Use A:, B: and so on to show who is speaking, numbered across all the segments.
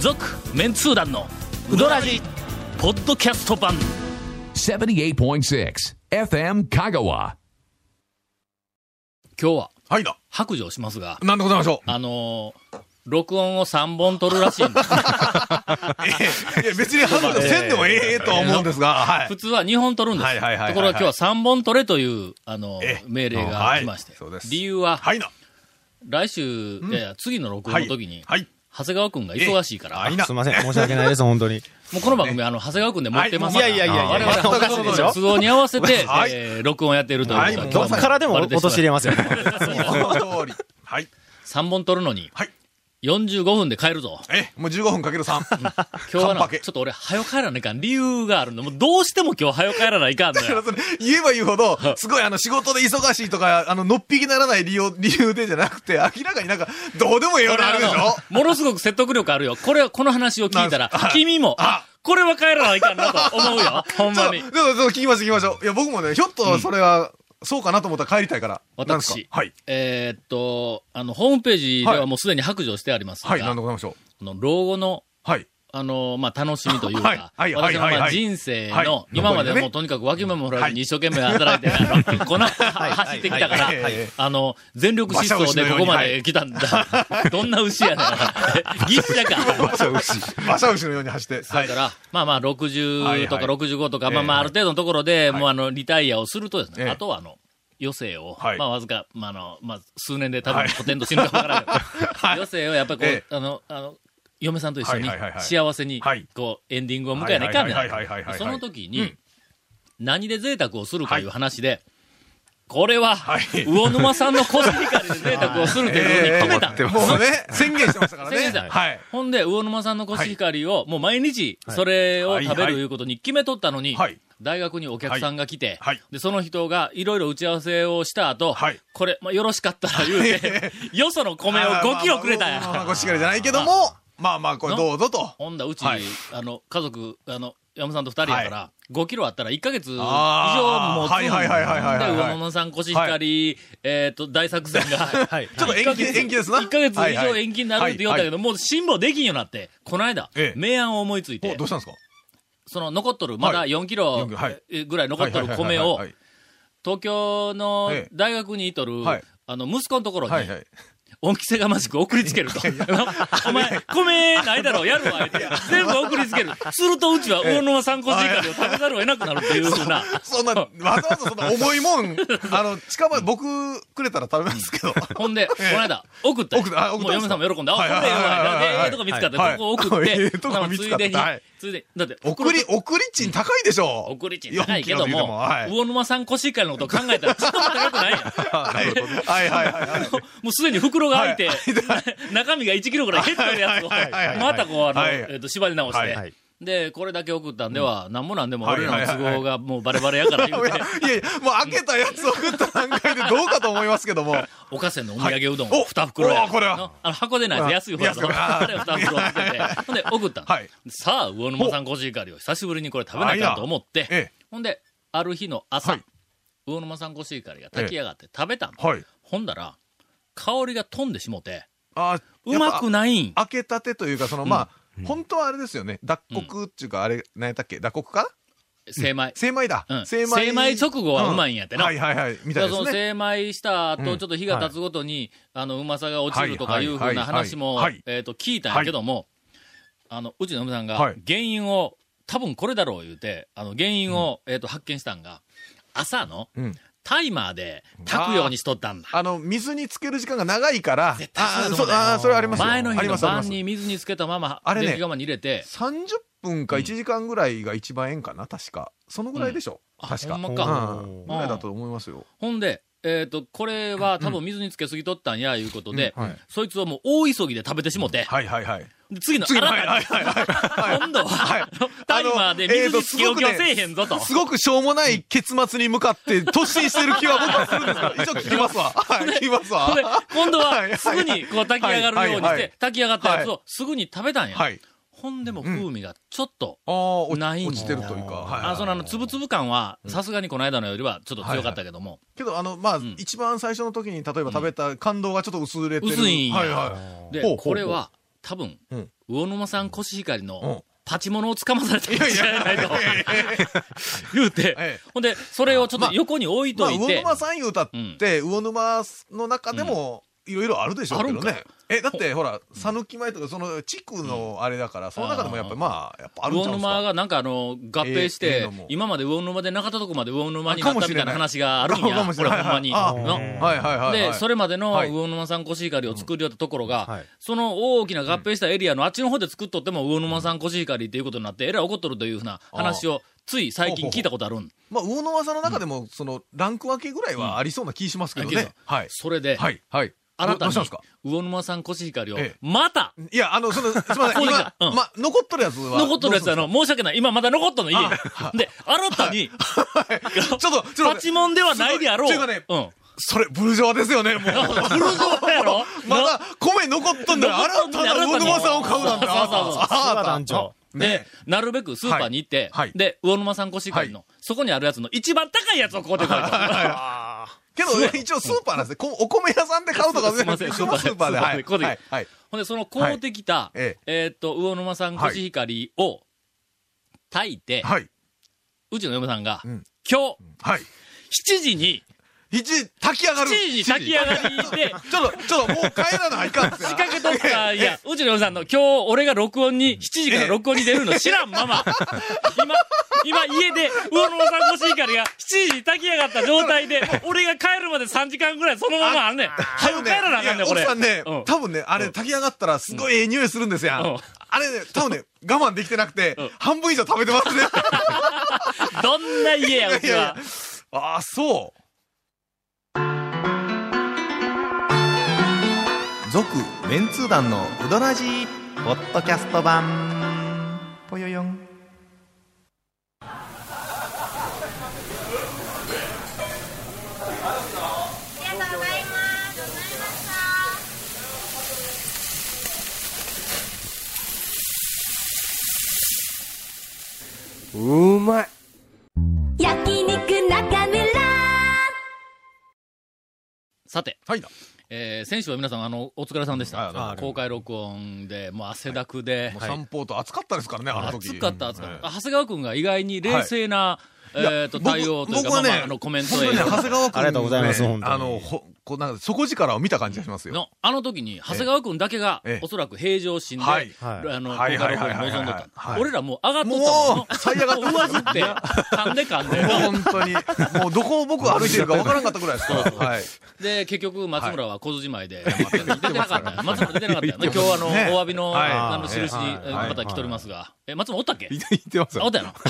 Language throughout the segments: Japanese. A: 続メンツー団のウドラジポッドキャスト版
B: 78.6 FM Kagawa.
A: 今日は
C: はいだ。
A: 白状しますが
C: なんでございま しょう。
A: あのー録音を3本撮るらしいんです。
C: いや、別に反応せんでもええとは思うんですが、はい
A: 普。通は2本撮るんです。
C: はいはいはいはいは
A: と
C: い
A: ころが今日は3本撮れという、あのー
C: ええ
A: 命令が来まして。
C: はいそうです
A: 理由は、
C: はいな。
A: 来週、いやいや、次の録
C: は
A: 音
C: い。
A: の時に、
C: はい。
A: 長谷川くんが忙しいから、
C: はいな
D: す。みません、申し訳ないです、本当に。
A: もうこの番組、あの、長谷川くんで持ってますから、
D: はいいやいやいやいや
A: 我々は
D: おかしいでしょ
A: 都合に合わせて、
C: はい
A: えー録音やっているということが
C: はい
D: どっからでも
A: バレてしま
D: 落
A: う
D: とし入れますよ。
C: その通り。はい。
A: 3本撮るのに、
C: はい。
A: 45分で帰るぞ。
C: え、もう15分かける3。だか
A: 今日はな、
C: 半
A: ちょ
C: パケ
A: っと俺、早帰らないかん。理由があるんで、もうどうしても今日早帰らないかんの
C: ら
A: よ。
C: それ、言えば言うほど、すごいあの、仕事で忙しいとか、あの、のっぴきならない理由、理由でじゃなくて、明らかになんか、どうでもええよう
A: これ
C: なあるでし
A: あ
C: ょ
A: のものすごく説得力あるよ。これは、この話を聞いたら、君も、あこれは帰らないかんなと思 うよ。ほん
C: ちょ
A: ま
C: っと、
A: に
C: ちょっ。とちょっと聞きましょう、聞きましょう。いや、僕もね、ひょっとそれは、そうかなと思ったら帰りたいから。なんですか
A: 私、
C: はい。
A: えーっと、あの、ホームページではもうすでに白状してありますが、
C: はい、なんでございましょう。
A: この老後の
C: はい。
A: あの、まあ、楽しみという
C: はい
A: か、
C: はいは
A: 私
C: い
A: のま
C: はい
A: あ
C: はい
A: 人生
C: はい
A: の、今までも
C: 残りのね
A: うとにかく脇目も振らず
C: はい
A: に一生懸命働いて、あのこんな走ってきたか
C: はい
A: ら
C: はいはい、
A: あの、全力疾走でここまで来たんだ。どんな牛 やねん。ぎっしゃか。
C: 馬車牛。馬車牛のように走って。
A: だから、まあまあ、
C: はいは
A: 60
C: い
A: とか65とか、
C: ええ
A: まあまあ、あ
C: はい
A: る程度のところで、もうあの、リタイアをするとです
C: え
A: ね、
C: え
A: あとはあの、余生を、
C: はい
A: まあ、わずか、まあ、あの、まあ、数年で多
C: は
A: 分、
C: い
A: ほとんど死ぬかわ からないけど、余生をやっぱりこう、
C: え
A: あの、あの、嫁さんと一緒に
C: はいはいはいは、い
A: 幸せに
C: はい、
A: こう、エンディングを迎えないかんね
C: はいはいはいはいはいはいはい
A: その時に、何で贅沢をするかいう話で、これは、
C: はい
A: 魚沼さんのコシヒカリで贅沢をするというふうに決めた。
C: もうね、宣言してましたから ね。
A: 宣言した
C: はい。
A: ほんで、魚沼さんのコシヒカリを、もう毎日、それを食べるいうことに決めとったのに
C: はい、
A: 大学にお客さんが来て
C: はいはい、
A: で、その人がいろいろ打ち合わせをした後
C: はい、
A: これ、まあよろしかったら言う て、よその米を5キロくれたん
C: まあまあ
A: や。
C: ごしかりじゃないけども、まあまあ、これどうぞと。
A: ほんだらうち、
C: はい
A: あの、家族、あの、山さんと二人やから、5キロあったら1ヶ月以上
C: あー
A: もつん
C: はいはいはいはいはいは
A: で、
C: い
A: 魚沼さんコシヒカリ、えっと、大作戦が、
D: はい。
C: ちょっと延期、延期ですな。
A: 1ヶ月以上延期になるって言うんだけ
C: ど。
A: ど、もう辛抱できんようになって、この間、
C: ええ
A: 明暗を思いつい
C: はいはい
A: て
C: お、どうしたんですか
A: その残っとる、まだ
C: はい
A: 4キロ
C: 4はい
A: えぐらい残っとる米を
C: はいはいはいはいは、い
A: 東京の
C: ええ
A: 大学にいとる、
C: はい
A: あの、息子のところに、
C: はいはい。
A: 恩着せがましく送りつけると。 お前、米ないだろ、やるわ、って全部送りつける。すると、うちは魚沼産個人会を食べざるを得なくなるっていうふうな。
C: そんな、わざわざそんな重 いもん、あの、近場で僕くれたら食べますけど。
A: ほんで、この間、送ったよ。
C: 送ったあ送
A: も
C: っ
A: う
C: たんで
A: 嫁
C: す
A: さ
C: か
A: んも喜んで、あ、ほん
C: はい
A: で、
C: はいはいはい
A: え
C: はい
A: えとこ見つかって、
C: はい
A: ここ送って、
C: ええとこ見つかった
A: まあ
C: はい
A: ついでに、ついでに、だって、
C: 送り、送り賃高いでしょ。
A: 送り賃高いけ
C: 4
A: ど
C: キロで言うて
A: も、
C: はい。
A: 魚沼産コシヒカリのこと考えたら、ちょっと高くないやん。
C: はいはいはいはいはい。
A: もうすでに袋が開いて、 中身が1キロぐらい減ってるやつを
C: はいはいはいは、い
A: またこう、あの、
C: はい
A: えっと、縛り直して、
D: はい
A: で、これだけ送ったんでは、なんもなんでも
C: はい
A: 俺らの都合がもうバレバレやから言う
C: い
A: て、
C: やいや、もう開けたやつ送った段階でどうかと思いますけども。
A: おかせんのお土産うどん
C: はい
A: を
C: お
A: 2袋や
C: おーこれは
A: あの箱でないやつ安い方や
C: 安
A: ぞ。
C: い 方
A: あれを2袋送ってて、ほんで送ったの
C: はい
A: さあ、魚沼さんコシヒカリを久しぶりにこれ食べなきゃと思っ
C: え
A: て
C: え、
A: ほんで、ある日の朝、
C: はい
A: 魚沼さんコシヒカリが炊き上がって食べたの。
C: はい。
A: ほんだら、香りが飛んでしもて、
C: あー
A: うまくないん。
C: 開けたてというか、そのまあ、本当はあれですよね。脱穀っていうか、あれ、何やったっけ脱穀か
A: 精米。
C: 精米だ
A: うん。精
C: 米
A: 米直後はうまいんやってな
C: はいはいはい。みたい
A: だから
C: です
A: その
C: ね。
A: 精米した後、
C: うん
A: ちょっと日が経つごとに、あの、うまさが落ちるとかいうふ
C: は
A: う
C: い
A: な
C: は
A: い話も、
C: はいはい
A: えっ、と、聞いたんやけども、あの、うちの嫁さんが、
C: はい
A: 原因を、多分これだろう言うて、あの、原因を、えっ、と、発見したんが、朝の、
C: うん
A: タイマーで炊くようにしとったんだ。
C: あの、水につける時間が長いから、
A: 絶対そうだと思
C: あー、そうう
A: ね
C: あー、それありますよ。
A: 前の
C: あ
A: 日
C: り
A: の
C: ますありま
A: 晩
C: す
A: に水につけたまま、
C: あれね
A: 電気釜に入れて、
C: 30分か1時間ぐらいが一番ええんかな、確か。そのぐらいでしょ。
A: あ
C: 確か。
A: ほんま
D: か
C: うんぐらいだと思いますよ。
A: ほんで、えっ、と、これは多分水につけすぎとったんや、いうことで、
C: うんはい
A: そいつをもう大急ぎで食べてしもて、
C: はいはいはい。
A: で次の
C: 次
A: 新
C: の
A: た
C: はい
A: に、
C: はいはいはい
A: 今度は、あのタイマーで水
C: えーと
A: につけ置きはせえへんぞと。
C: すごくしょうもない結末に向かって突進してる気は僕はするんですけど、一応聞きますわ。はい、聞きます
A: ほんで
C: わ。
A: 今度
C: はい
A: はすぐにこう炊き上がるように
C: は
A: し
C: いはい
A: て、炊き上がったやつをすぐに食べたんや。
C: はい。
A: ほんでも風味がちょっと、
C: ああ、落
A: ないん
C: ち
A: だ
C: 落ちてるというか。はい
A: あ、そのあの、つぶつぶ感は、さすがにこの間のよりはちょっと強かったけども、
C: けど、あの、まあ、一番最初の時に、例えば食べた感動がちょっと薄れてる。
A: 薄いんや
C: はいはい。
A: で
C: ほうほうほ、う
A: これは、多分、
C: うん
A: 魚沼さんコシヒカリ
C: うん
A: の、パチモノを捕まされたんじゃないと
C: いやいやいやいやいや、
A: 言うて、
C: ええ
A: ほんで、それをちょっと横に置い
C: ま
A: と
C: あ、
A: い
C: 魚
A: て、
C: 沼さん言うたって、魚沼の中でも、いろいろあるでしょうけど
A: あるんか
C: ね。え、だってほら、讃岐米とか、その地区のあれだから、その中でもやっぱりまあ、やっぱあるんち
A: 魚
C: ゃうんす
A: 沼
C: か。
A: がなんかあの、合併し
C: ええええ
A: て
C: のも、
A: 今まで魚沼でなかったとこまで魚沼にな
C: あ
A: っ
C: かも
A: た
C: し
A: み
C: れ
A: た
C: ない
A: いな話があるん
C: か
A: や、
C: も
A: ほ
C: しれない
A: ら、ほんまに。な
C: あはいはいはいはい。
A: で、それまでの
C: はい
A: 魚沼産コシヒカリを作りよったところが、
D: はい
A: その大きな合併したエリアのあっちの方で作っとっても魚沼産コシヒカリっていうことになって、えらい怒っとるというふうな話を、つい最近聞いたことあるん。
C: まあ、魚沼さんの中でも、その、ランク分けぐらいはありそうな気しますけど
A: うんあけど。
C: ねはい。
A: それで、
C: はい。はい。
A: 新た
C: どう
A: に
C: したんですか
A: 魚沼産コシヒカリを
C: ええ、
A: また、
C: いや、あの、その、す みません、
A: そうです
C: 今
A: か、うん
C: ま、残っとるやつは。
A: 残っとるやつ、
C: ど
A: あ
C: うすん
A: の、申し訳ない。今まだ残っとんの、家に。で、新た に、
C: ですか、ちょっと、ち ょっ
A: パ
C: と、
A: チモンではないであろう。
C: すごいというか
A: うん。
C: それ、ブルジョワです よね、もう。
A: ブルゾーやろ
C: まだ、米残っとんだら、
A: 残っと
C: 新
A: ん
C: た
A: ねん
C: な魚沼さんを買うなんて。
A: そうそうそうそう
C: あ
D: さ
C: あ
D: あ、団
C: あ
D: 長。
A: で、なるべくスーパーに行って、
C: はいはい
A: で、魚沼産コシヒカリの、そこにあるやつの一番高いやつを買うてこいと。
C: けど、一応スーパーなんですね。こお米屋さんで買うとか、
A: すいません
C: 一応スーパーで。
A: スーパーで
C: はい。
A: ここで
C: はいはい。
A: ほんで、その買うてきた、
C: え
A: えーっと、魚沼産コシヒカリを炊いて、
C: はい。
A: うちの嫁さんが、
C: うん
A: 今
C: はい。
A: 日、7時に、
C: 一、炊き上が
A: 7
C: る。
A: 時に炊き上がりで、
C: ちょっと、ちょっと、もう帰らないかんっすよ
A: 仕掛けと った、いや、うちの嫁さんの、今日俺が録音に、7時から録音に出るの知らんま ま、今、今家で、魚沼さんコシヒカリが7時に炊き上がった状態で、俺が帰るまで3時間ぐらいそのままあんねん。
C: 多
A: 早
C: 分
A: く
C: ね
A: 帰らなあかんねん、
C: いや
A: これ。
C: 奥さんね、
A: うん
C: 多分ね、あれ炊き上がったらすごいええ匂いするんですやん。
A: うん
C: あれね、多分ね、我慢できてなくて、
A: うん
C: 半分以上食べてますね。
A: どんな家や、う
C: い
A: ち
C: やい
A: は
C: や。。ああ、そう。
D: 続、メンツー団のうどらじ、ポッドキャスト版。ぽよよん。
E: ありがとうございます。ございました。
F: うまい
E: 焼肉中村
A: さて、
C: はいな。
A: えー、先週は皆さん、あの、お疲れさんでし
C: あ
A: た。公開録音で、もう汗だくで
C: もう、散歩と暑かったですからね、あの時。
A: 暑かった、暑かっ
C: え
A: た。長谷川くんが意外に冷静な、
C: えいや
A: えっと、対応というか、
C: 僕
A: ま
C: は
A: あ
C: ね
A: まあ、あの、コメント
C: 本当にね、長谷川君、ね、
D: ありがとうございます本当に
C: あの、ほ、こう、なんか、底力を見た感じがしますよ。
A: の、あの時に、長谷川くんだけが
C: ええ、
A: おそらく平常心で、
C: はい
D: はい
A: あの、
C: はい
A: 公開録音
C: はい
A: に臨んどっ
C: はいは
A: た。
C: い
A: 俺らもう上がっとった
C: も
A: も
C: うん最悪だった
A: もう上ずっ て、噛んで噛んで。
C: もう 本当に、もうどこを僕歩いてるかわからんかったぐらいで すから。はい。
A: で、結局、松村は小津じまいで、出てなかったよ。松村出てなかったよね。今日、あの、
C: ね
A: お詫びの、
C: はい
A: あの、印、
D: はい
A: えまた来ておりますが。え、松村おったっけ
C: 言ってます
A: あ、おったやろ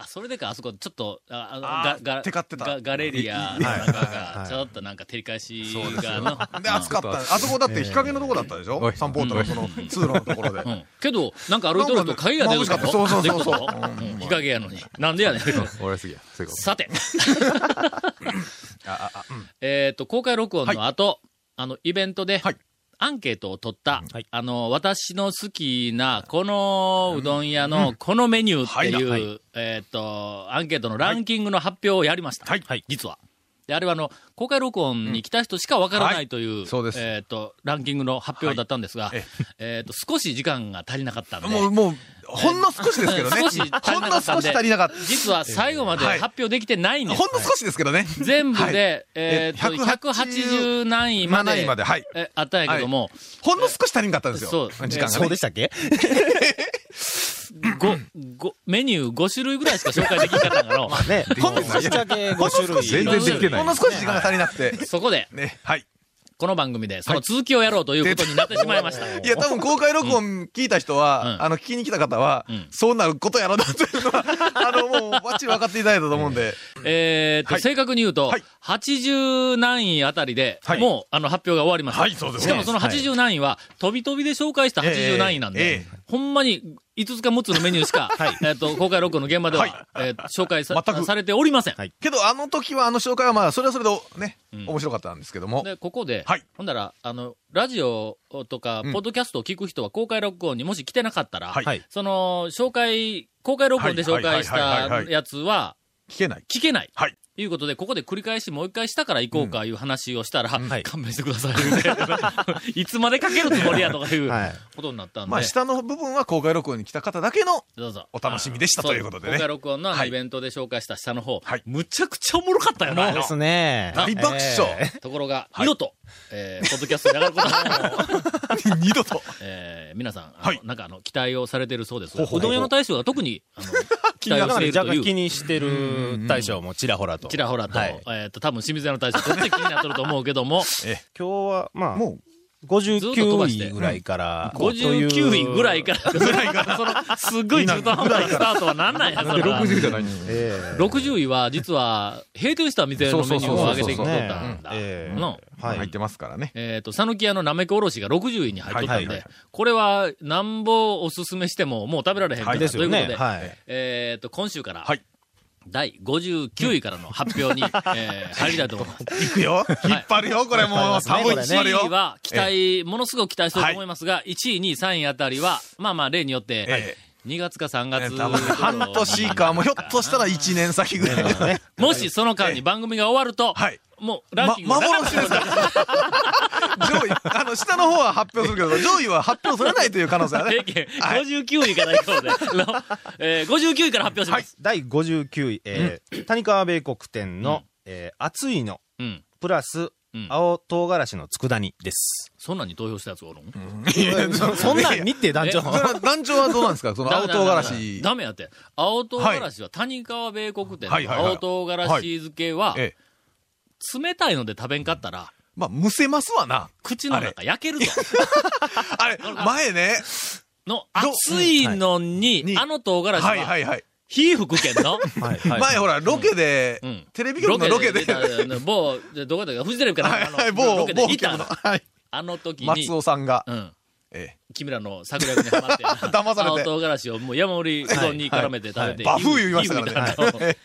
A: あ、それでか、あそこ、ちょっと、あ
C: あー
A: あの、が、が、
C: テカってた
A: がガレリアの中
D: は
A: が、
D: い
A: ちょっとなんか照り返しがの、
C: で、暑かった。あそこだって日陰のとこだったでしょ散歩とか、その、通路のところで
A: う。ん。けど、なんか歩いてると鍵が出る
C: なんかね眩しかったそうそうそうそ う
A: 出るとこうん日陰やのに。なんでやねん。
B: 俺すぎや。そういうこと
A: さ て。えっと、公開録音の後、あの、イベントで、
C: はい
A: アンケートを取った、
D: はい
A: あの、私の好きな、このうどん屋の、このメニューっていう、
D: はい
A: えっと、アンケートのランキングの発表をやりました。
D: はいはい
A: 実は。で、あれはあの、公開録音に来た人しかわからないという、
C: そうです
A: えっと、ランキングの発表だったんですが、
C: い
A: えっと、少し時間が足りなかったんで、
C: もう、もう、ほんの少しですけどね。
A: 少し足りなかった
C: ほ
A: ん
C: ん
A: で
C: の少し足りなかっ
A: 実は最後まで
C: はい
A: 発表できてないん
C: た。
A: です。
C: ほんの少しですけどね。
A: 全部
C: はい
A: で、えーっと、180
C: 180
A: 何位まで
C: 7位まではい
A: えあったんやけども、
C: ほんの少し足りんかったんですよ。
A: そう
C: 時間が
D: そ
C: ね
D: うで。したっけ
A: ごごメニュー5種類ぐらいしか紹介できなかったから
D: ね、この少しだけ5種類。
A: 全然できて
C: ほんの少し時間が足りなくて。
A: そこで、
C: ね、はい。
A: この番組でその続きをやろうということになってしまいました。
C: いや、多分公開録音聞いた人は、
A: うん
C: あの、聞きに来た方は、
A: ん
C: そうなることやろなというのは、 あの、もう、バッチリ分かっていただいたと思うんで、
A: えーっと、
C: はい
A: 正確に言うと、
C: はい
A: 80何位あたりで、
C: はい
A: もうあの発表が終わりました。
C: はいそうです
A: しかもその80何位は、飛び飛びで紹介した80何位なんで、
C: ええええ
A: ほんまに5つか6つのメニューし か、えーっと、公開録音の現場では、
C: はい
A: えー紹介さ
C: 全く
A: されておりません。
D: はい
C: けど、あの時は、あの紹介は、まあ、それはそれで、ね、
A: ん
C: 面白かったんですけども。
A: で、ここで、
C: はい
A: ほんなら、あの、ラジオとか
C: う、ん
A: ポッドキャストを聞く人は公開録音にもし来てなかったら、
C: はい
A: その、紹介、公開録音で紹介し
C: はいはいはいはい
A: た
C: はい
A: やつは
C: 聞けない。
A: 聞けない。
C: はい
A: いうことで、ここで繰り返しもう一回したから行こうかいう話をしたら、
D: はい
A: 勘弁してください言うて。 いつまでかけるつもりやとかいう
D: はい
A: ことになったんで。
C: まあ、下の部分は公開録音に来た方だけの、
A: どうぞ。
C: お楽しみでした
A: あそ
C: ということでね
A: 公開録音のあの
C: はい
A: イベントで紹介した下の方。
C: はい
A: むちゃくちゃおもろかったよな。あの
D: ですね。
C: 大爆笑
D: え
A: ところが、二度と、えーポッドキャストに上がることはない
C: 二度と、
A: えー皆さん、あの
C: はい
A: なんかあの、期待をされてるそうですが。
C: ほうほう
A: うどん屋の大将が特に、あの、期
D: ー
A: 待
D: な
A: を
D: ん
A: し
D: か
A: て
D: ね
A: いると
D: 若
A: い
D: 干
A: う
D: 気。にしてる大将もちらほらと。
A: ちらほらと、
D: はい
A: えっ、と、多分清水屋の大将、絶対気になってると思うけど も、
D: 今日は、まあ、
C: もう、
D: 59位ぐらいから、こうという
A: 59位ぐらいから、ぐらいから、その、 すごい中途半端なスタートはなんなんや、 それは。
C: じゃないんです
D: え え
A: 60位は、実は、閉店した店のメニューを上げてきとったんだ。
D: ええ
A: の
D: はい。
C: 入ってますからね。
A: えっ、と、讃岐屋のなめこおろしが60位に入っとったんで、
D: はいはいはい
A: これは、なんぼおすすめしても、もう食べられへんから、
C: はい
D: です
A: とい
D: よ
A: うこと
D: ね。
A: で、
D: はい。
A: えっ、と、今週から、
C: はい
A: 第59位からの発 表に、えー入りたいと思います。
C: 行くよ。引っ張るよ、これもう。寒い、
D: こ
C: 引っ
D: れね
C: 張るよ
A: 1位。は期待、ものすごく期待してると思いますが、1位、2位、3位あたりは、まあまあ例によって、
C: え
A: 2月か3
C: え
A: 月
C: 多分 半年か、もうひょっとしたら1年先ぐらいの ね。
A: もしその間に番組が終わると、
C: はい
A: もうラン
C: ま
A: キン、グがなかった
C: 幻ですから。上位、あの、下の方は発表す るけど、上位は発表されないという可能性はね
A: 平。均59位からいこ うで、のえー、59位から発表します。
D: 第59位、えー谷川米国店の、えー熱いの、
A: うん。
D: プラス
A: うん、
D: 青唐辛子の佃煮です。
A: そんなんに投票したやつおるん、
D: そそんなん見て、団長。
C: それは団長はどうなんですかその青唐辛子。
A: ダメやって。青唐辛子は谷川米国店
C: はい
A: の
C: はいはい
A: 青唐辛子漬けは、
C: ええ。
A: 冷たいので食べんかったら、
C: まあ、むせますわな。
A: 口の中焼け るぞ。
C: あれ、前ね。
A: の、熱いのに、
C: はい
A: あの唐辛子
C: はいは
A: は、
C: いはい。
A: 火吹くけんの、
D: はい はい
C: 前ほら、ロケで
A: うん、
C: テレビ局のロケ
A: 出
C: で、
A: たあの某、でどこだったか、フジテレビか
C: はい
A: なんか
C: はい、
A: あの、
C: 某
A: ロ、ケで
C: 某
A: 行っ
C: 局
A: た
C: の、
A: の。
C: はい
A: あの時に、
C: 松尾さんが、
A: うん。
C: え
A: 君らの策略にハマって、
C: 騙されて
A: 青唐辛子をもう山盛りうどんに絡めて食べて。
C: え、バフー言いました
A: 火吹いた
C: から
A: の
C: ね。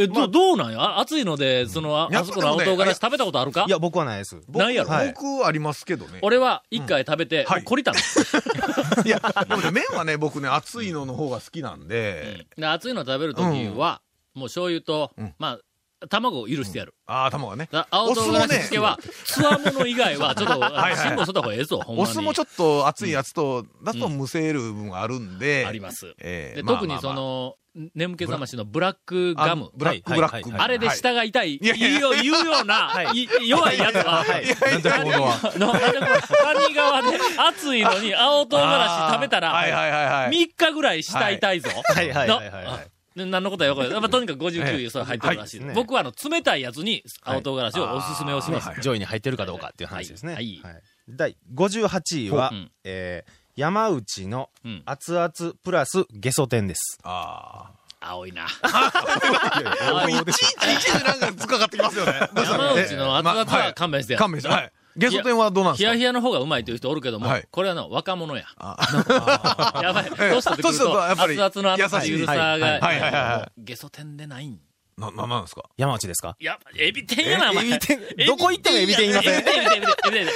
A: え、どう、どうなんや暑いので、その、あ
C: うん
A: あそこの青唐辛子食べたことあるか
D: いや、僕はないです。
A: ないやろ
D: はい
C: 僕ありますけどね。
A: 俺は一回食べて、
C: は
A: も
C: い
A: う懲りたの。
C: いや、でもね、麺はね、僕ね、熱いのの方が好きなんで、
A: で熱いの食べるときは、もう醤油と、まあ、卵を許してやる。
C: ああ、卵がね。
A: だ青唐辛子漬けは、つわもの以外 は、ちょっと、
C: いはい
A: 辛抱しとった方がええぞ、ほんま
C: お
A: に。
C: 酢もちょっと熱いやつと、だとむせる部分があるんで。
A: あります。
C: ええ
A: で、
C: まあ
A: 特に
C: まあま
A: そ
C: あ
A: の、眠気覚ましのブラックガム
C: あ。ブラックブラック。
A: あれで下が痛い、
C: いやいや
A: 言うよ、言うよう な、
D: はい
A: い弱いやつは、
D: はい
C: なんてことは。
A: の、あの谷川で暑いのに青唐辛子食べたら、
C: はいはいはいはい。
A: 3日ぐらい下痛いぞ。
D: はいはいはいはい
A: の
D: は
A: あ
D: い。
A: で何のことはよくない。まあとにかく59位、それ入ってるらしい。
D: はい
A: 僕はあの、冷たいやつに青唐辛子をおすすめをします。
D: 上位に入ってるかどうかっていう話ですね。
A: はいは
D: 第58位は、
A: ほううん
D: えー山内の
A: うん
D: 熱々プラスゲソ天です。
C: あ
A: 青いな。
C: あ。もういちいちいちいちなんかつかかってきますよね。どうした
A: 山
C: の
A: 内の熱々
C: ま
A: は勘弁して
C: い
A: や。
C: 勘弁して。はい。ゲソ天はどうなんで
A: ヒ
C: すか
A: ヤヒヤの方がうまいという人おるけども、
C: はい
A: これはの若者や。
C: あ
A: やばい。
C: ええ
A: 年取ってくる
C: 年取ると
A: と、
C: やっぱり
A: 熱々のあの
C: 優しい
A: ゆるさが、
D: はい
C: はいはいはいはい
A: もうゲソ天でないん。
C: な、な、なんですか
D: 山内ですか
A: やっぱ、エビ天やな、お前。
D: えエビ天どこ行ってもエビ天いません
A: エビ天、エビ天、エビ天エビ天。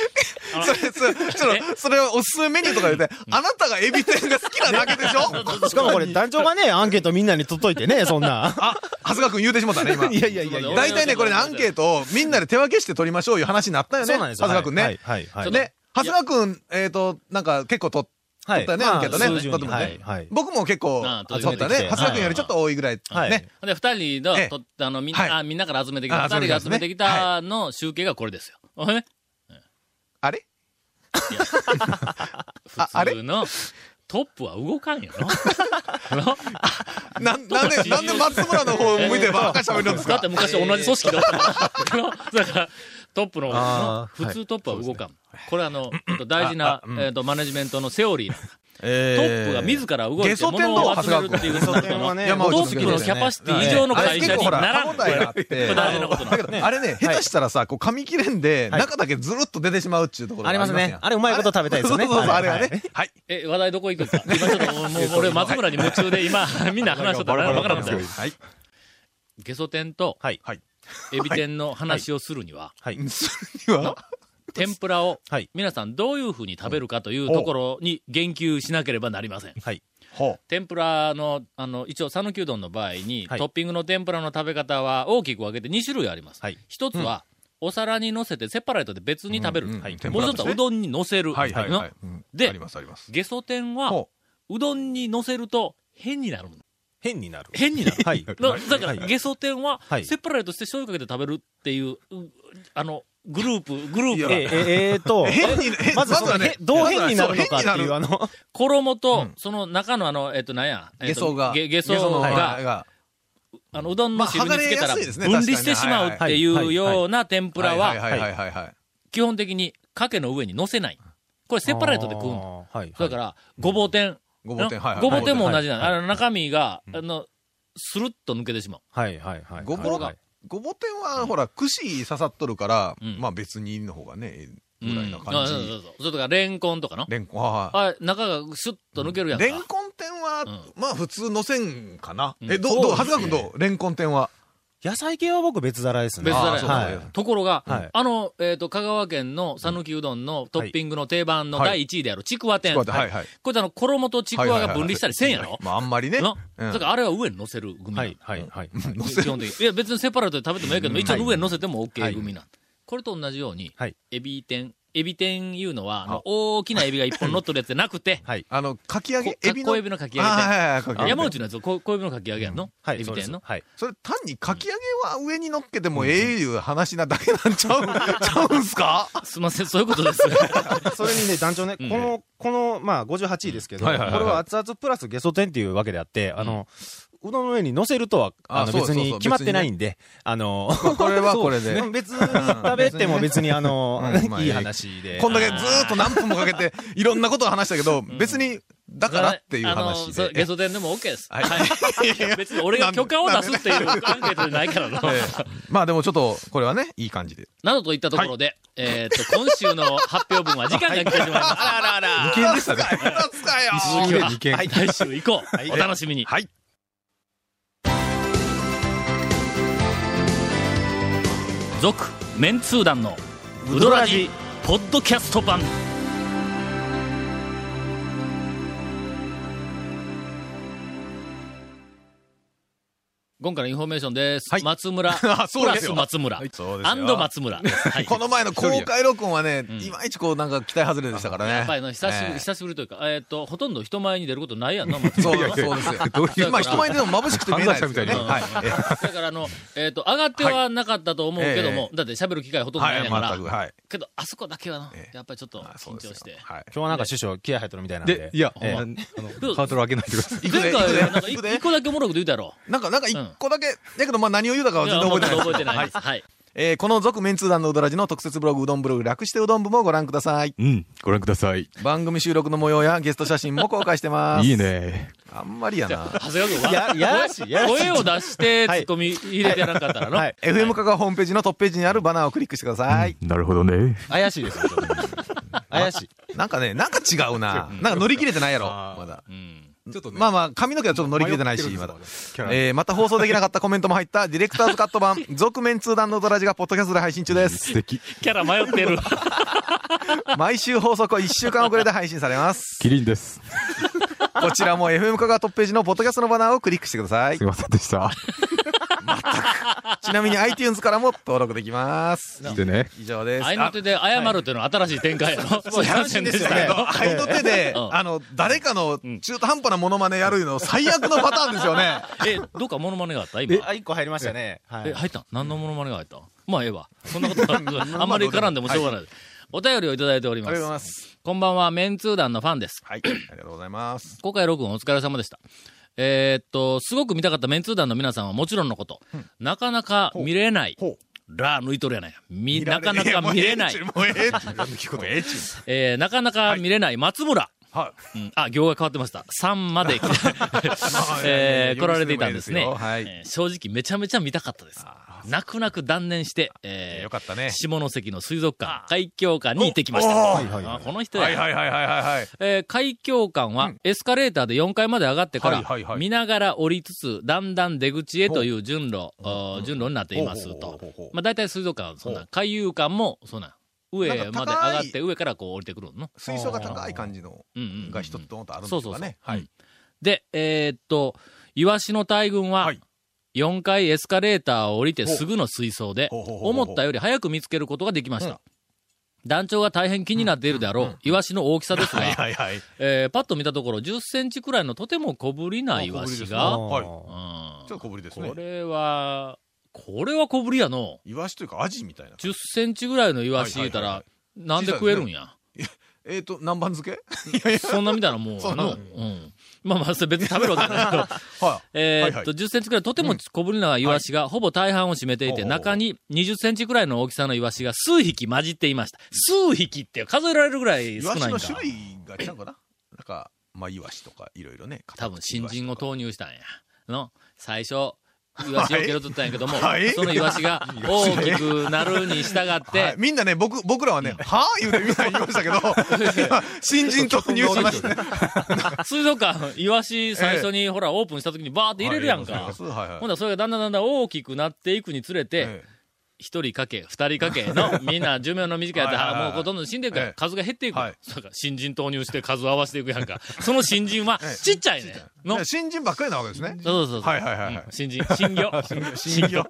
A: あの
C: それ、それ、ちょっと、それはおすすめメニューとか言うて、あなたがエビ天が好きなだけでしょ
D: しかもこれ団長がね、アンケートみんなに取っといてね、そんな。
C: あ、長谷川くん言うてしまったね、 今。
D: いやいやいや いや。
C: 大体ね、これね、アンケートをみんなで手分けして取りましょういう話になったよね。
D: そうなんですよ。
C: 長谷川くんね。
D: はいはいはい。
A: い
C: ね、長谷川くん、えっ、と、なんか結構取っ
D: は
C: 取ったよね、アンケートね。
D: まあ数十
C: 取って
D: 人
C: もね
D: はいはい。
C: 僕も結構
A: あ取り
C: 取
A: 上
C: っ
A: げてきて。
C: たね長谷川くんよりちょっと多いぐらい。
D: はい
C: ね。
A: で、二人の、
C: ええ
A: とあの、みん
C: はい
A: な、あみんなから集めてきた、
C: あ
A: 二人が集めてきた
C: は
A: の集計がこれですよ。ほんでね
C: あれ
A: いや
C: ああ
A: 普
C: れ
A: 通の、トップは動かんよな。の
C: なん、なんで、なんで松村の方を向いてばっかり喋るんです
A: だっ
C: か
A: て昔同じ組織だった。のだから、トップの、
D: あー
A: 普通トップは動かん。これあの、えっと大事な、えっと、マネジメントのセオリーなんだ。トップが自ら動い
C: ゲ
A: て
C: ソ天
A: 物
C: どう
A: を集めるっていう
D: ゲ
A: こと
D: ソ
A: なの
D: 天はね、
C: 山内
A: ト
C: の
A: ップのキャパシティ以上の
C: あれ
A: 会社
C: 結
A: に
C: 構ほ
A: な
C: ら、
A: らん。
C: 歯応えがあっ
A: こ
C: て
A: れ大事なことな
C: だ
A: の
C: けどあれね、下手したらさ、こう噛み切れんで、中だけずるっと出てしまうっていうところが
D: あります
C: やん
D: ね。あれうまいこと食べたいですよね。
C: そうそうそう、
D: は
C: あ
D: い
C: れはね。はい。
A: え、話題どこ行くんですか今ちょっと、もうもう俺松村に夢中で今、みんな話しとったから分からんけど。
C: はい。
A: ゲソ天と
D: はい。
C: はい。
A: エビ天の話をするには、
D: はい。
C: それには、
A: 天ぷらを
D: はい、
A: 皆さんどういうふうに食べるかというところに言及しなければなりません。
D: はい。
C: ほ
A: 天ぷらの、あの、一応、讃岐うどんの場合に、
D: はい
A: トッピングの天ぷらの食べ方は大きく分けて2種類あります。
D: はい
A: 一つは、お皿に乗せてセパレートで別に食べる。
C: うんうん
D: はい
A: もう一つはうどんに乗せる。
C: う。はいはい
A: の
C: はい。うん
A: で
C: ありますあります。
A: ゲソ天は
C: ほ、
A: うどんに乗せると変になるの。
D: 変になる。
A: 変になる。
D: はい。
A: だだか
D: は
A: ら、
D: い
A: ゲソ天は
D: は、い
A: セパレートして醤油かけて食べるっていう、うあの、グループ、グループ
D: え
A: が
D: え、えー と、
C: 変に、変
D: まずその、
C: は
D: へどう変になるのかって
C: まずはそう変に
D: い
C: な
D: う、
C: る
D: あの、
A: 衣と、
C: うん
A: その中のあの、えっと、なんや、えっ
C: ゲ
A: と
C: ソが。
A: ゲゲソ
C: の
A: が、
C: が。
A: あの、うどんの汁につけた
C: まあ剥がれや
A: ら、
C: すいですね
A: 分離してしまうってい
D: 確か
A: う
D: にはいはいはい
A: ような天ぷら
C: い
A: は、
C: はいはいはいはい。
A: 基本的に、かけの上に乗せない。これ、セパレートで食うの。
D: あーはい。
A: だから、ごぼう天。
C: ごぼう天、はいはい。
A: ごぼう天も同じなの。
D: はい
A: あの、中身が、あの、スルッと抜けてしまう。
D: はい、はい、はい。
C: ごぼう
D: はい
C: ごぼう天は、ほら、串刺さっとるから、
A: うん
C: まあ別にの方がね、ええ
A: うん
C: ぐらいな
A: あ
C: 感
A: そうそ
C: じ。
A: うそう。それとか、レンコンとかの。
C: レンコン、は
A: あ中がスッと抜ける
C: い
A: や
C: はい。
A: んか。
C: レンコン天は、
A: う
C: まあ普通のせんかな。
A: うん
C: え、どう、どう、
D: そう
C: は
D: ですね
C: ずかくんどうレンコン天は。
D: 野菜系は僕別皿ですね。
A: 別皿
C: あー
A: や
C: そ
A: ん
C: うだね
D: はい。
A: ところが、
D: はい
A: あの、えっ、と、香川県の讃岐うどんのトッピングの定番の
C: はい
A: 第1位であるちくわ
C: ち
A: 天。
C: くわ天はいはい
A: これあの、衣とちくわが分離したりせんやろ、
C: まああんまりね。
A: の、
C: うん
A: だからあれは上に乗せる組な
D: は
A: の
D: い、はい、はい。
C: 乗せ
A: 基本的に。いや、別にセパレートで食べてもいいけど、一応上に乗せても OK 組なんだこれと同じように、
D: はい
A: エビ天。エビ天いうのは、あの、大きなエビが一本乗っとるやつじゃなくて、
D: はい。
C: あの、かき揚げ
A: こ、
C: エビの。
A: 小エビのかき揚げ
C: あ
A: 天
C: ーはいはいはいかき揚げ天
A: 山内のやつ、こ小エビのかき揚げやんの、
D: はい。
A: エビ天
D: そう
A: の
D: です。はい。
C: それ単にかき揚げは上に乗っけてもええいう話なだけなんちゃう、 ちゃうんすか
A: すいません、そういうことです。
D: それにね、団長ね、こ
A: うん
D: の、この、まあ、58位ですけど、
C: うん
D: こ
C: は
D: れ
C: いはいはいはい
D: は熱々プラスゲソ天っていうわけであって、あの、うどんの上に乗せるとは、
C: あ
D: あの、
C: そうそ
D: 別
C: うそう
D: に決まってないんで、あの、
C: これはこれで
D: そう別に食べても別に、あの
C: うんま、あ
D: いい話で。
C: こんだけずーっと何分もかけて、いろんなことを話したけど、別に、だからっていう話
A: あの そうゲ
C: で。
A: ソ天でも OK です。
C: はい
A: はい。別に俺が許可を出すっていうアンケートじゃないからな。
C: ええまあでもちょっと、これはね、いい感じで。
A: などといったところで、えーっと、今週の発表分は時間が来てしまいました。あらあらあら。
C: 件でしたね。つかよ
A: 続きは、はい来週以降、お楽しみに。
C: はい。
A: 続、メンツー団の、ウドラジ、ポッドキャスト版。今回のインフォメーションです。
C: はい
A: 松村、プ
C: あそう
A: ラ
C: です
A: ス
C: よ
A: 松村、
C: そうですよ
A: アンド松村です。はい
C: この前の公開録音はね、
A: ん
C: いまいちこうなんか期待外れでしたからね。
A: やっぱりの久しぶり、
C: ええ
A: 久しぶりというか、えーっ、と、ほとんど人前に出ることないやんな、松
C: そう
A: 村
C: そうですよ。
A: いう
C: まあ人前でも眩しくて見えないですけどね。
A: 犯罪者み
C: はい。え え
A: だからあの、えーっ、と、上がってはなかったと思うけども、
C: はい
A: だって喋る機会ほとんどないん
C: は
A: やから、
C: い、全く。はい。
A: けど、あそこだけはな
C: え、え
A: やっぱりちょっと
C: あ
A: 緊張して。
C: はい。
D: 今日はなんか師匠気合入ってるみたいなん
G: で
D: で。、
G: いや、
D: ええ
G: あのあの
A: どう
G: ハードル上げないでください。
C: 行く
A: 前
C: で、
A: 回、
C: 行くで
A: なんか、い
C: 行くで
A: 一。個だけおもろいこと言うたやろ。
C: なんか、なんか
A: うん
C: 一個だけ、だけどまあ何を言うだかは全然覚えてないです。
A: 覚えてないです。はい。
C: えーこの続メンツー団のうどらじの特設ブログうどんブログ略してうどん部もご覧ください。
G: うん、ご覧ください。
C: 番組収録の模様やゲスト写真も公開してます。
G: いい。ね。
C: あんまりやな。
A: 長谷川君は
D: や、やらしい、やらしい。
A: 声を出して、ツ
D: はい
A: ッコミ入れてなかったらの。
D: はい。
C: FM カカホームページのトップページにあるバナーをクリックしてください。
G: なるほどね。
D: 怪しいですよ、ちょっ と怪しい。
C: なんかね、なんか違 うな。なんか乗り切れてないやろ、まだ。
A: うん。
G: ちょっと
C: まあまあ、髪の毛はちょっと乗り切れてないし、まだ。
G: キャラ
C: えーまた放送できなかったコメントも入った、ディレクターズカット 版、続面通談のうどらじがポッドキャストで配信中です。
G: 素敵。
A: キャラ迷ってる。
C: 毎週放送後1週間遅れで配信されます。
G: キリンです。
C: こちらも FM カカトップページのポッドキャストのバナーをクリックしてください
G: すい。ませんでした。
C: ちなみに iTunes からも登録でき ます。
G: でね。
C: 以上です。
A: 合いの手で謝るというのは新しい展開やろ。そういう話でし
C: だ
A: た
C: け
A: け
C: ど、
A: ど。
C: 合いの手で、
A: うん
C: あの、誰かの中途半端なモノマネやるの最悪のパターンですよね。
A: え、どっかモノマネがあった今。
D: あ、一個入りましたね。は
A: え、
D: い。
A: 入った何のモノマネが入ったまあ、ええわ。そんな ことはあんまり絡んでもしょうがない。お便りをいただいており
C: あ
A: ま
C: りがとうござい
A: す。
C: ます。
A: こんばんは、メンツー団のファンです。
C: はい。ありがとうございます。
A: 公開録音お疲れ様でした。えーっと、すごく見たかったメンツー団の皆さんはもちろんのこと、なかなか見れない。ラー抜いとるやないか。み、なかなか見れない。
C: もうええっちゅうもうええっちゅうもうええっちゅう
A: えーなかなか見れない松村。
C: は
A: うんあ、行が変わってました。3ま で来て、えー来られていたんですね。
C: 呼び捨てもいいですよはい
A: えー正直めちゃめちゃ見たかったです。泣く泣く断念して、えー
C: よかったね
A: 下関の水族館、海峡館に行ってきました。
C: はい
D: はいはい
A: あこの人
C: い。
A: や。
C: はいはいはいはいはいはい。
A: えー海峡館はエスカレーターで4階まで上がってから、
C: はいはいはい
A: 見ながら降りつつ、だんだん出口へという順路、あー順路になっています
C: ほうほう
A: と
C: ほうほうほ。う
A: まあ大体水族館はそんな、海遊館もそうなん。上
C: なんか
A: ま
C: 高
A: で上
C: い
A: がって、上からこう降りてくるの。
C: 水槽が高い感じの
A: うんうんうん
C: が一つドーンとあるん
A: そ
C: で
A: う
C: す
A: そう
C: か
A: そう
C: ね。。はい。
A: うんで、えーっと、イワシの大群は
C: はい、
A: 4階エスカレーターを降りてすぐの水槽で、
C: ほうほうほうほうほう
A: 思ったより早く見つけることができまし
C: う
A: た。団長が大変気になっているであろう、イワシの大きさです
C: はい
A: が、
C: はいはい。
A: えーパッと見たところ10センチくらいのとても小ぶりなイワシ
C: あ
A: が、
C: はい
A: うん
C: ちょっと小ぶりですね
A: こ。れは、これは小ぶりやの。
C: イワシというかアジみたいな。
A: 10センチぐらいのイワシ言うた
C: はい
A: ら
C: は、
A: なんで食えるんや。
C: えっと、南蛮漬け
A: そんなみたいなもんやな。
C: そううなん
A: ん。まあまあ、それ別に食べるわけじゃないけど。
C: はい。
A: え
C: はい
A: ー
C: は
A: っ
C: い
A: と、10センチくらい、とても小ぶりなイワシが、ほぼ大半を占めていて、
C: ほうほうほう
A: 中に20センチくらいの大きさのイワシが数匹混じっていました。数匹って数えられるぐらい
C: イ
A: 少
C: ワ
A: ない
C: シ
A: ん
C: の
A: か。
C: 種類が違うかな なんか、まあ、イワシとかいろいろね。
A: 多分新人を
C: と
A: 投入したんや。の、最初、イワシを受け取ったんやけども、
C: はい
A: そのイワシが大きくなるに従って、
C: はい、みんなね、僕、僕らはね、はぁ言うてみんな言いましたけ ど、今新人投入しましたね。
A: 水族館、イワシ最初に、ほら、オープンした時にバーって入れるやん
C: はいあり
A: か
C: が。とうございますはいはい
A: ほんだらそれがだんだんだんだん大きくなっていくにつれて
C: え、
A: 一、人かけ、二人かけ の、みんな寿命の短いやつ
C: はいはいはい
A: は、もうどんどん死んでいくから、
C: ええ
A: 数が減っていくやん。
C: はい
A: そうか新人投入して数を合わせていくやんか。その新人は
C: ええ、
A: ちっちゃいねん。
C: え
A: の。
C: 新人ばっかりなわけですね。
A: そうそうそう。
C: はいはいはいはい
A: うん新人、新魚。
C: 新魚。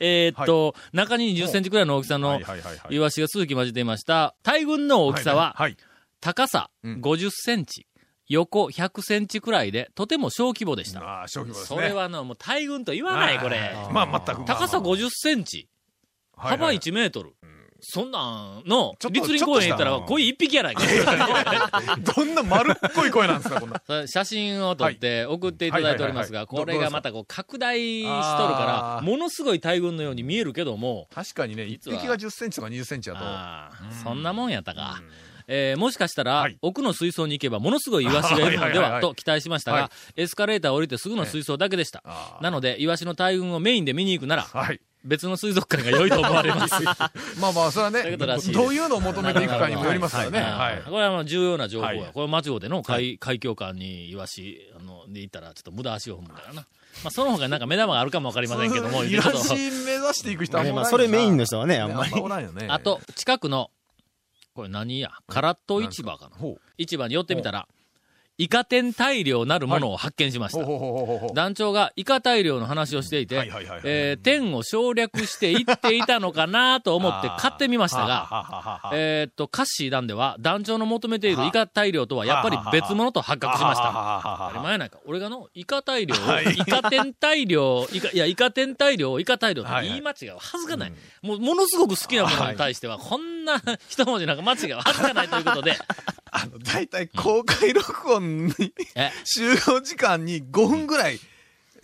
A: えーっと、中に20センチくらいの大きさ
C: は
A: の
C: いはいはいはい
A: イワシが数匹混じっていました。大群の大きさは、
C: はいはい。
A: 高さ
C: うん
A: 50センチ、横100センチくらいで、とても小規模でした。
C: ああ、小規模ですね。
A: それはの、もう大群と言わない、これ。
C: まあ、全く。
A: 高さ50センチ、
C: はい
A: 幅
C: はい
A: 1メートル。そんなんの
C: ちょ、っと
A: 立林公園行った
C: ち
A: ら、
C: ょっとした
A: 鯉一匹やないか。
C: どんな丸っこい声なんですか、こんな。
A: それ写真を撮って送っていただいておりますが、
C: はいはい
A: こ
C: はいはい
A: れがまたこう拡大しとるか
C: あ
A: ら、
C: ー
A: ものすごい大群のように見えるけども、
C: 確かにね、一
A: 実は
C: 匹が10センチとか20センチだ
A: あーそんなもんやったか。えーもしかしたら、奥の水槽に行けばものすごいイワシがいるので
C: はいはいはいは
A: は、
C: い
A: と期待しました
C: は
A: が、エスカレーターを降りてすぐの水槽だけでした。
C: あー
A: なので、イワシの大群をメインで見に行くなら、
C: と。はい。
A: 別の水族館が良いと思われ ます。
C: まあまあ、それは
A: という
C: ね、
A: ことらしいです
C: どういうのを求めていくかにもよりますからね。
A: は
C: はいい。
A: これはまあ重要な情報
C: は
A: や。
C: い
A: これ町尾での海海峡館にイワシ、あの、で行ったらちょっと無駄足を踏むからな。まあその他になんか目玉があるかもわかりませんけども、
C: イ
A: 言う
C: ワ
A: てちょっと
C: シ目指していく人はあん
F: ね
C: ま
F: ま
C: な
F: あ、
C: い
F: それメインの
C: 人
F: 人はね、あ
C: あ
F: ん
C: ん
F: ま
C: ま
F: り。
C: おらんよね。
A: あと、近くの、これ何や、カラット市場かな。
C: ほう、
A: 市場に寄ってみたら、イカ天大量なるものを発見しまし
C: ほう
A: た。
C: ほうほうほうほう。
A: 団長がイカ大量の話をしていて
C: はいはいはいはい、
A: えー天を省略していっていたのかなと思って買ってみましたが、
C: はははは
A: えーっと、カッシー団では、団長の求めているイカ大量とはやっぱり別物と発覚しました。当たり前やないか。俺がの、イカ大量を、 イカ天大量、イカ、いや、イカ天大量をイカ大量って言い間違いは恥ずかない。もう、ものすごく好きなものに対しては、こんな 一文字なんか間 違いは恥ずかないということで、
C: あの、大体公開録音に、
A: え、
C: 集合時間に5分ぐらい、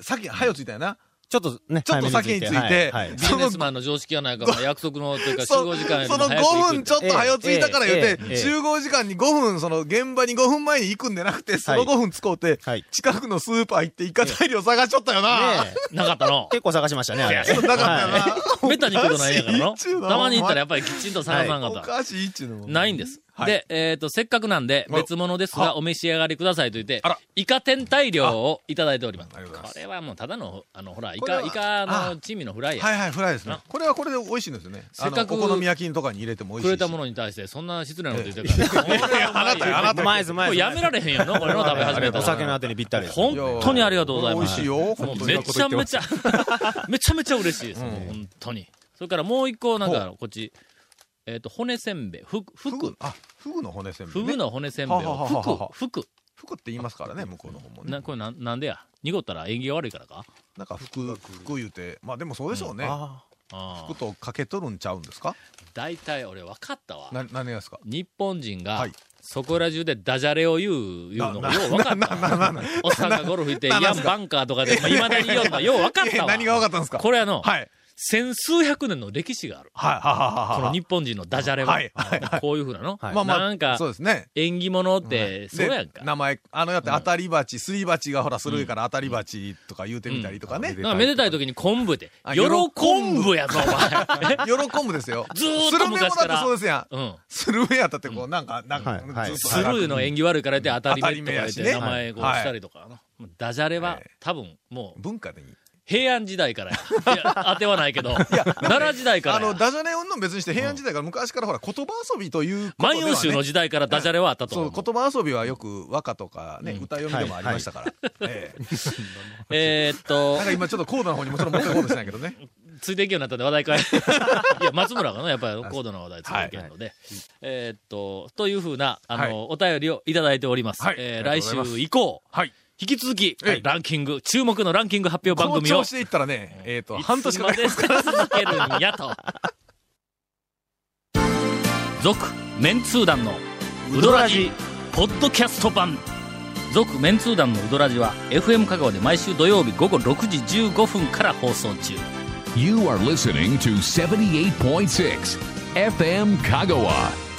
C: 先、はよついたよな。
F: ちょっとね、
C: ちょっと先について
F: はいはい
A: ビジネスマンの常識やないか、まあ約束の、というか集
C: そ
A: 合時間よりも
C: その
A: 早く行
C: 5
A: く
C: 分
A: って
C: ちょっと早ついたから言う
F: ええええええ
C: て、集合時間に5分、その現場に5分前に行くんじゃなくて、その5分使うて
F: はい、
C: 近くのスーパー行ってイカ大量探しちょったよな。
F: ねえ
A: なかった の。
F: 結構探しましたね、あれ。
C: ちょっとなかったよな。
A: めったに行くことないんやからの。
C: おかしいっちゅうの
A: たまに行ったらやっぱりきちんと探さなかっ
C: お
A: た。
C: かしいっちゅうのも。
A: ないんです。
C: はい
A: で、えっ、と、せっかくなんで、
C: あ
A: 別物ですが、お召し上がりくださいと言って
C: あら、
A: イカ天大量をいただいております。
C: ありがとうございま
A: こ
C: す
A: れはもう、ただの、あの、ほら、イ
C: これ
A: カ、
C: は
A: イカの珍味のフライや。
C: はいはい、フライですね。これはこれで美味しいんですよね。
A: せっかく
C: あのお好み焼きとかに入れても美味
A: く
C: しい
A: れ
C: し。
A: たものに対して、そんな失礼なこと言ってるから。これは
C: あなたよあなたよ
F: 前です、前
A: も
F: です。
A: うやめられへんやんの、これの食べ始めた
F: お
A: ら。
F: 酒のあてにぴったりです。
A: 本当にありがとうございます。
C: いやー美味しいよ
A: もう
C: 本当
A: め
C: に
A: ちゃめちゃ、めちゃめちゃ嬉しいです、もう本当に。それからもう一個、なんか、こっち、えっ、と、骨せんべい、ふく、ふ
C: フグ
A: く、、
C: あ、フグの骨せんべ
A: ふ
C: いね。
A: ぐの骨せんべい
C: はははは
A: を
C: は、
A: ふく、ふく。
C: フグって言いますからね、向こうの方もね
A: な。これなんなんでや濁ったら縁起が悪いからか
C: なんか服、服言うて、まあでもそうでしょうね。
F: あ
A: あ
C: 服とかけとるんちゃうんですか
A: あ大体俺分かったわ
C: な、何がですか
A: 日本人が、
C: はい
A: そこら中でダジャレを言う言うのがよう分かったわ おっさんがゴルフ行って
C: なな
A: ヤンバンカーとかでいまあ未だに言うのがよう分かっ
C: え
A: たわ
C: 何が分かったんですか
A: これあの、
C: はい。
A: 千数百年の歴史がある
C: はい、
A: こ
C: は
A: の日本人のダジャレは、
C: はいはいはい
A: こういうふうなの、
F: はい
C: まあまあ、
A: なんか
C: そうですね。
A: 縁起物っ
C: は
A: て
C: い
A: そうやんか
C: で名前、あの、だって当たり鉢、すり鉢がほら、するいから当たり鉢とか言うてみたりとかね。
A: なんかめでたい時に昆布で「
C: あ
A: 喜んぶやぞお前」
C: 喜ぶですよ。
A: ずーっと昔から
C: スルメもだってそうですやん。
A: うん
C: スルメやったってこう、なんか、なん
F: は
C: か
F: いは、い
C: ずっと
A: スルーの縁起悪いから言って当たり目とか言って
C: 当たり目や
A: 名
C: しね
A: 前こうしたりとか、もうダジャレは
C: はい
A: 多分もう
C: 文化でいい。
A: 平安時代からや。いや、当てはないけど、奈良時代か
C: あ
A: ら
C: の、
A: や。
C: ダジャレ云々別にして平安時代から昔からほら言葉遊びということ
A: 万
C: では、ね。
A: 葉集の時代からダジャレはあったと
C: そ
A: 思
C: う、
A: う。
C: 言葉遊びはよく和歌とかね、歌読みでもありましたから。ええ
A: えーっと
C: なん、か今ちょっと高度な方にもちろん持ってこうとしてないけどね。
A: ついていけるようになったんで話 題変え。いや、松村がね、やっぱり高度な話題ついていけるので。えーっと、というふうな、あの、
C: はい
A: お便りをいただいております。
C: はい
A: えー
C: あり
A: 来
C: がとうございます
A: 週以降、
C: はい
A: 引き続き、
C: はい
A: ランキング、注目のランキング発表 番
C: この
A: 組を
C: 調、子でいったらね、えっと、
A: 半
C: 半
A: 年
C: 年
A: ま
C: か
A: で続けるんやと。続、メンツー団の、ウドラジ、ポッドキャスト版。続、メンツー団のウドラジは、FM 香川で毎週土曜日午後6時15分から放送中。
B: You are listening to 78.6 FM Kagawa.